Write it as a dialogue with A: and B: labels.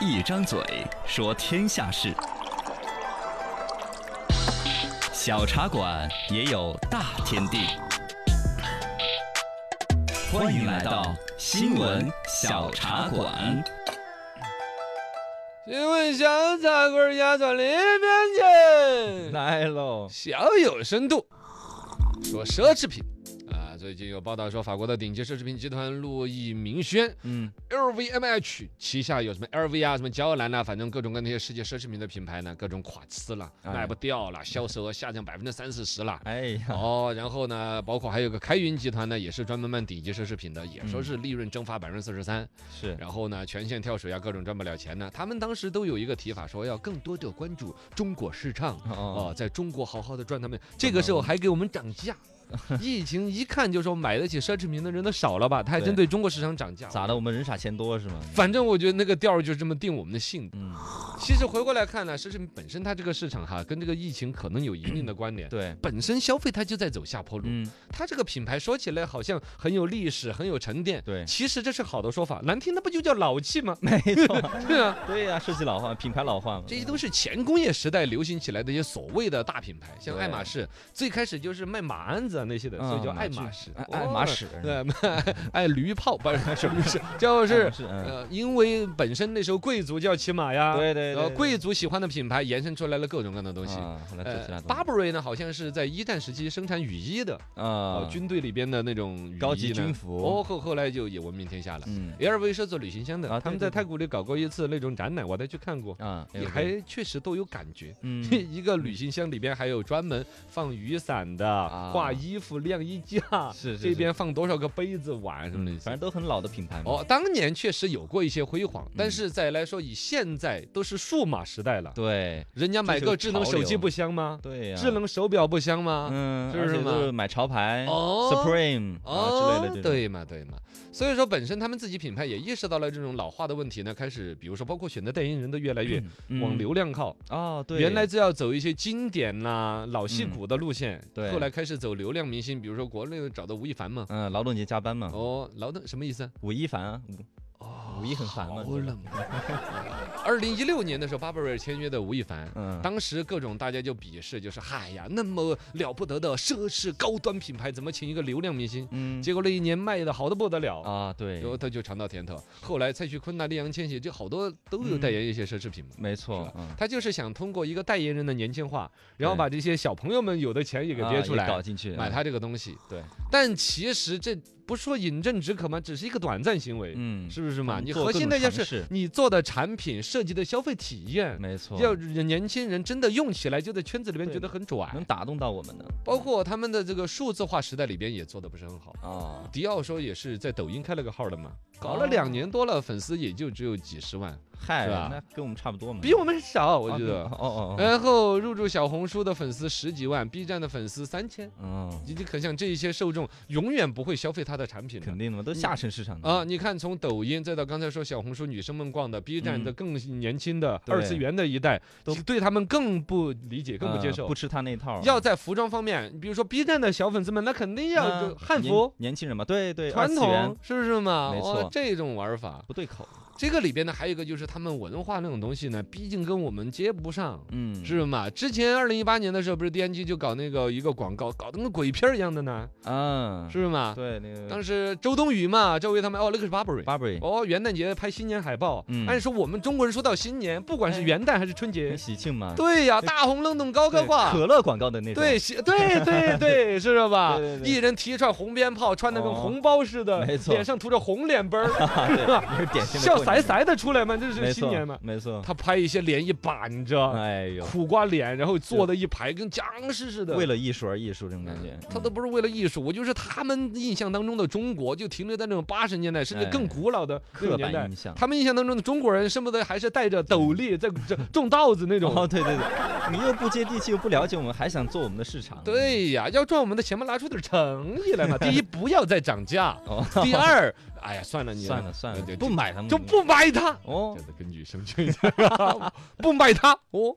A: 一张嘴说天下事，小茶馆也有大天地。欢迎来到新闻小茶馆。
B: 请问小茶馆压到里边去。
C: 来喽！
B: 小有深度，说奢侈品啊，最近有报道说，法国的顶级奢侈品集团路易明轩
C: 嗯
B: LVMH 旗下有什么 LV 啊，什么娇兰啦、反正各种各样那些世界奢侈品的品牌呢，各种垮呲了，
C: 哎
B: 卖不掉了，销售额下降百分之三四十了，。
C: 哎 呀，
B: 哦，然后呢，包括还有个开云集团呢，也是专门卖顶级奢侈品的，也说是利润蒸发百分之四十三。
C: 嗯是
B: 然后呢，全线跳水啊，各种赚不了钱呢。他们当时都有一个提法，说要更多的关注中国市场。哦
C: 哦，，嗯
B: 在中国好好的赚他们，这个时候还给我们涨价，疫情一看就说买得起奢侈品的人都少了吧？他还针对中国市场涨 价，
C: 咋的？我们人傻钱多是吗？
B: 反正我觉得那个调儿就这么定我们的性子。
C: 嗯，
B: 其实回过来看呢，奢侈品本身它这个市场哈，跟这个疫情可能有一定的关联。
C: 对，
B: 本身消费它就在走下坡路，
C: 嗯，
B: 它这个品牌说起来好像很有历史、很有沉淀，
C: 对
B: 其实这是好的说法，难听那不就叫老 气吗？
C: 没错，
B: 对啊，
C: 对呀，设计老化，品牌老化嘛，
B: 这些都是前工业时代流行起来的一些所谓的大品牌，像
C: 对
B: 爱马仕，最开始就是卖马鞍子啊那些的，所以
C: 嗯
B: 叫爱
C: 马
B: 马
C: 具
B: 仕，
C: 爱爱马仕
B: 哦对， 卖爱驴炮不是什么 是，就
C: 哎
B: 是
C: 是嗯，
B: 呃，因为本身那时候贵族就要骑马呀，
C: 对对啊
B: 然后
C: 对，
B: 贵族喜欢的品牌延伸出来了各种各样的东西。
C: 啊，后来做其他
B: 呃
C: 东西
B: ，Burberry 呢，好像是在一战时期生产雨衣的，
C: 啊
B: 哦，，军队里边的那种雨
C: 高级
B: 衣呢
C: 军服
B: 哦，后后来就也闻名天下了。
C: 嗯
B: LV 是做旅行箱的，
C: 啊对
B: 他们
C: 对
B: 在
C: 对
B: 太古里搞过一次那种展览，我还去看过。
C: 啊，
B: 你
C: 有
B: 还确实都有感觉。
C: 嗯，
B: 一个旅行箱里边还有专门放雨伞的
C: 啊，
B: 挂衣服、晾衣架，
C: 是是
B: 这
C: 是
B: 边放多少个杯子、碗什么
C: 嗯
B: 的。
C: 反正都很老的品牌嘛，
B: 哦，当年确实有过一些辉煌，
C: 嗯
B: 但是再来说，以现在都是数码时代了，
C: 对
B: 人家买个智能手机不香吗？
C: 对啊呀，
B: 智能手表不香吗？
C: 嗯，
B: 是
C: 而且
B: 吗
C: 都是买潮牌
B: 哦
C: ，Supreme 啊之类的这种，
B: 对嘛对嘛，所以说本身他们自己品牌也意识到了这种老化的问题呢，开始比如说包括选择代言人都越来越
C: 嗯
B: 往流量靠，
C: 哦，对，嗯
B: 原来就要走一些经典呐、老戏骨的路线，
C: 对
B: 后来开始走流量明星，比如说国内找的吴亦凡嘛。
C: 嗯，劳动节加班嘛，
B: 哦，劳动什么意思啊？
C: 吴亦凡啊，
B: 哦
C: 吴亦很烦嘛
B: 好冷。 二零一六年的时候，巴贝尔签约的吴亦凡。
C: 嗯，
B: 当时各种大家就鄙视，就是嗨呀，那么了不得的奢侈高端品牌，怎么请一个流量明星？
C: 嗯
B: 结果那一年卖的好的不得了，
C: 啊，对
B: 然，后他就尝到甜头。后来蔡徐坤呐、易烊千玺，这好多都
C: 嗯
B: 有代言一些奢侈品嘛。
C: 没
B: 是
C: 错
B: 吧，
C: 嗯，
B: 他就是想通过一个代言人的年轻化，然后
C: 对
B: 把这些小朋友们有的钱也给
C: 啊
B: 憋出
C: 也
B: 来，
C: 搞进去，
B: 买
C: 嗯
B: 他这个东西。
C: 对，
B: 但其实这不说饮鸩止渴吗？只是一个短暂行为，
C: 嗯，
B: 是不是嘛？
C: 嗯
B: 你
C: 做
B: 核
C: 各
B: 心
C: 种
B: 的就
C: 尝
B: 是
C: 试
B: 你做的产品设计的消费体验。
C: 没错，
B: 要年轻人真的用起来，就在圈子里面
C: 对
B: 觉得很拽，
C: 能打动到我们的
B: 包括他们的这个数字化时代里边也做的不是很好。
C: 啊，
B: 迪奥说也是在抖音开了个号的嘛，搞了两年多了，粉丝也就只有几十万，
C: 嗨，
B: 是吧
C: 那哦跟我们差不多嘛，
B: 比我们少，我
C: 啊
B: 觉
C: 比
B: 得哎
C: 哦。哦哦，
B: 然后入驻小红书的粉丝十几万，B 站的粉丝三千，
C: 嗯，
B: 你就可想这一些受众永远不会消费他的产品的
C: 肯定的嘛，都下沉市场的
B: 嗯啊！，你看，从抖音再到刚才说小红书女生们逛的，B 站的
C: 嗯
B: 更年轻的
C: 对
B: 二次元的一代，
C: 都
B: 其对他们更不理解，更不接
C: 呃
B: 受
C: 不。吃他那一套，
B: 要在服装方面，比如说 B 站的小粉丝们，那肯定要
C: 嗯
B: 就汉
C: 年
B: 服。
C: 年轻人嘛，对对，二
B: 传
C: 次
B: 统
C: 元
B: 是不是嘛？
C: 没
B: 哦
C: 错
B: 这种玩法，
C: 不对口，
B: 这个里边呢，还有一个就是他们文化那种东西呢，毕竟跟我们接不上，
C: 嗯，
B: 是嘛？之前二零一八年的时候，不是 DNG 就搞那个一个广告，搞得跟鬼片儿一样的呢，
C: 啊，
B: 是嘛？
C: 对那个
B: 当时周冬雨嘛，周围他们哦，那个是 Burberry。
C: Burberry
B: 哦，元旦节拍新年海报，哎
C: 嗯
B: 按说我们中国人说到新年，不管是
C: 哎
B: 元旦还是春节，
C: 喜庆嘛，
B: 对呀，大红灯笼高高
C: 对
B: 挂，
C: 可乐广告的那种，
B: 对，喜对 对对，是了吧
C: 对对？对
B: 一人提一串红鞭炮，穿的跟
C: 哦
B: 红包似的，
C: 没错
B: 脸上涂着红脸 盆儿，
C: 对，也是典型的
B: 笑
C: 过年
B: 塞塞的出来嘛，这是
C: 没
B: 新
C: 错，
B: 年嘛。
C: 没错，
B: 他拍一些脸一板着，
C: 哎呦，
B: 苦瓜脸，然后坐的一排跟僵尸似的。
C: 为了艺术而艺术这种感觉
B: 嗯，他都不是为了艺术，我就是他们印象当中的中国，就停留在那种八十年代甚至更
C: 哎
B: 古老的那
C: 刻
B: 种年代
C: 板。印象。
B: 他们印象当中的中国人，恨不得还是戴着斗笠在 这种稻子那
C: 哦，
B: 种。
C: 对对对，你又不接地气，又不了解我们，还想做我们的市场，，
B: 对呀，要赚我们的钱嘛，拿出点诚意 来嘛。第一，不要再涨价；
C: 哦，
B: 第二，哎呀，算了，你
C: 算了算
B: 对
C: 了，
B: 对
C: 不买他们
B: 就不买它。
C: 哦
B: 这，是根据生存，不买它哦。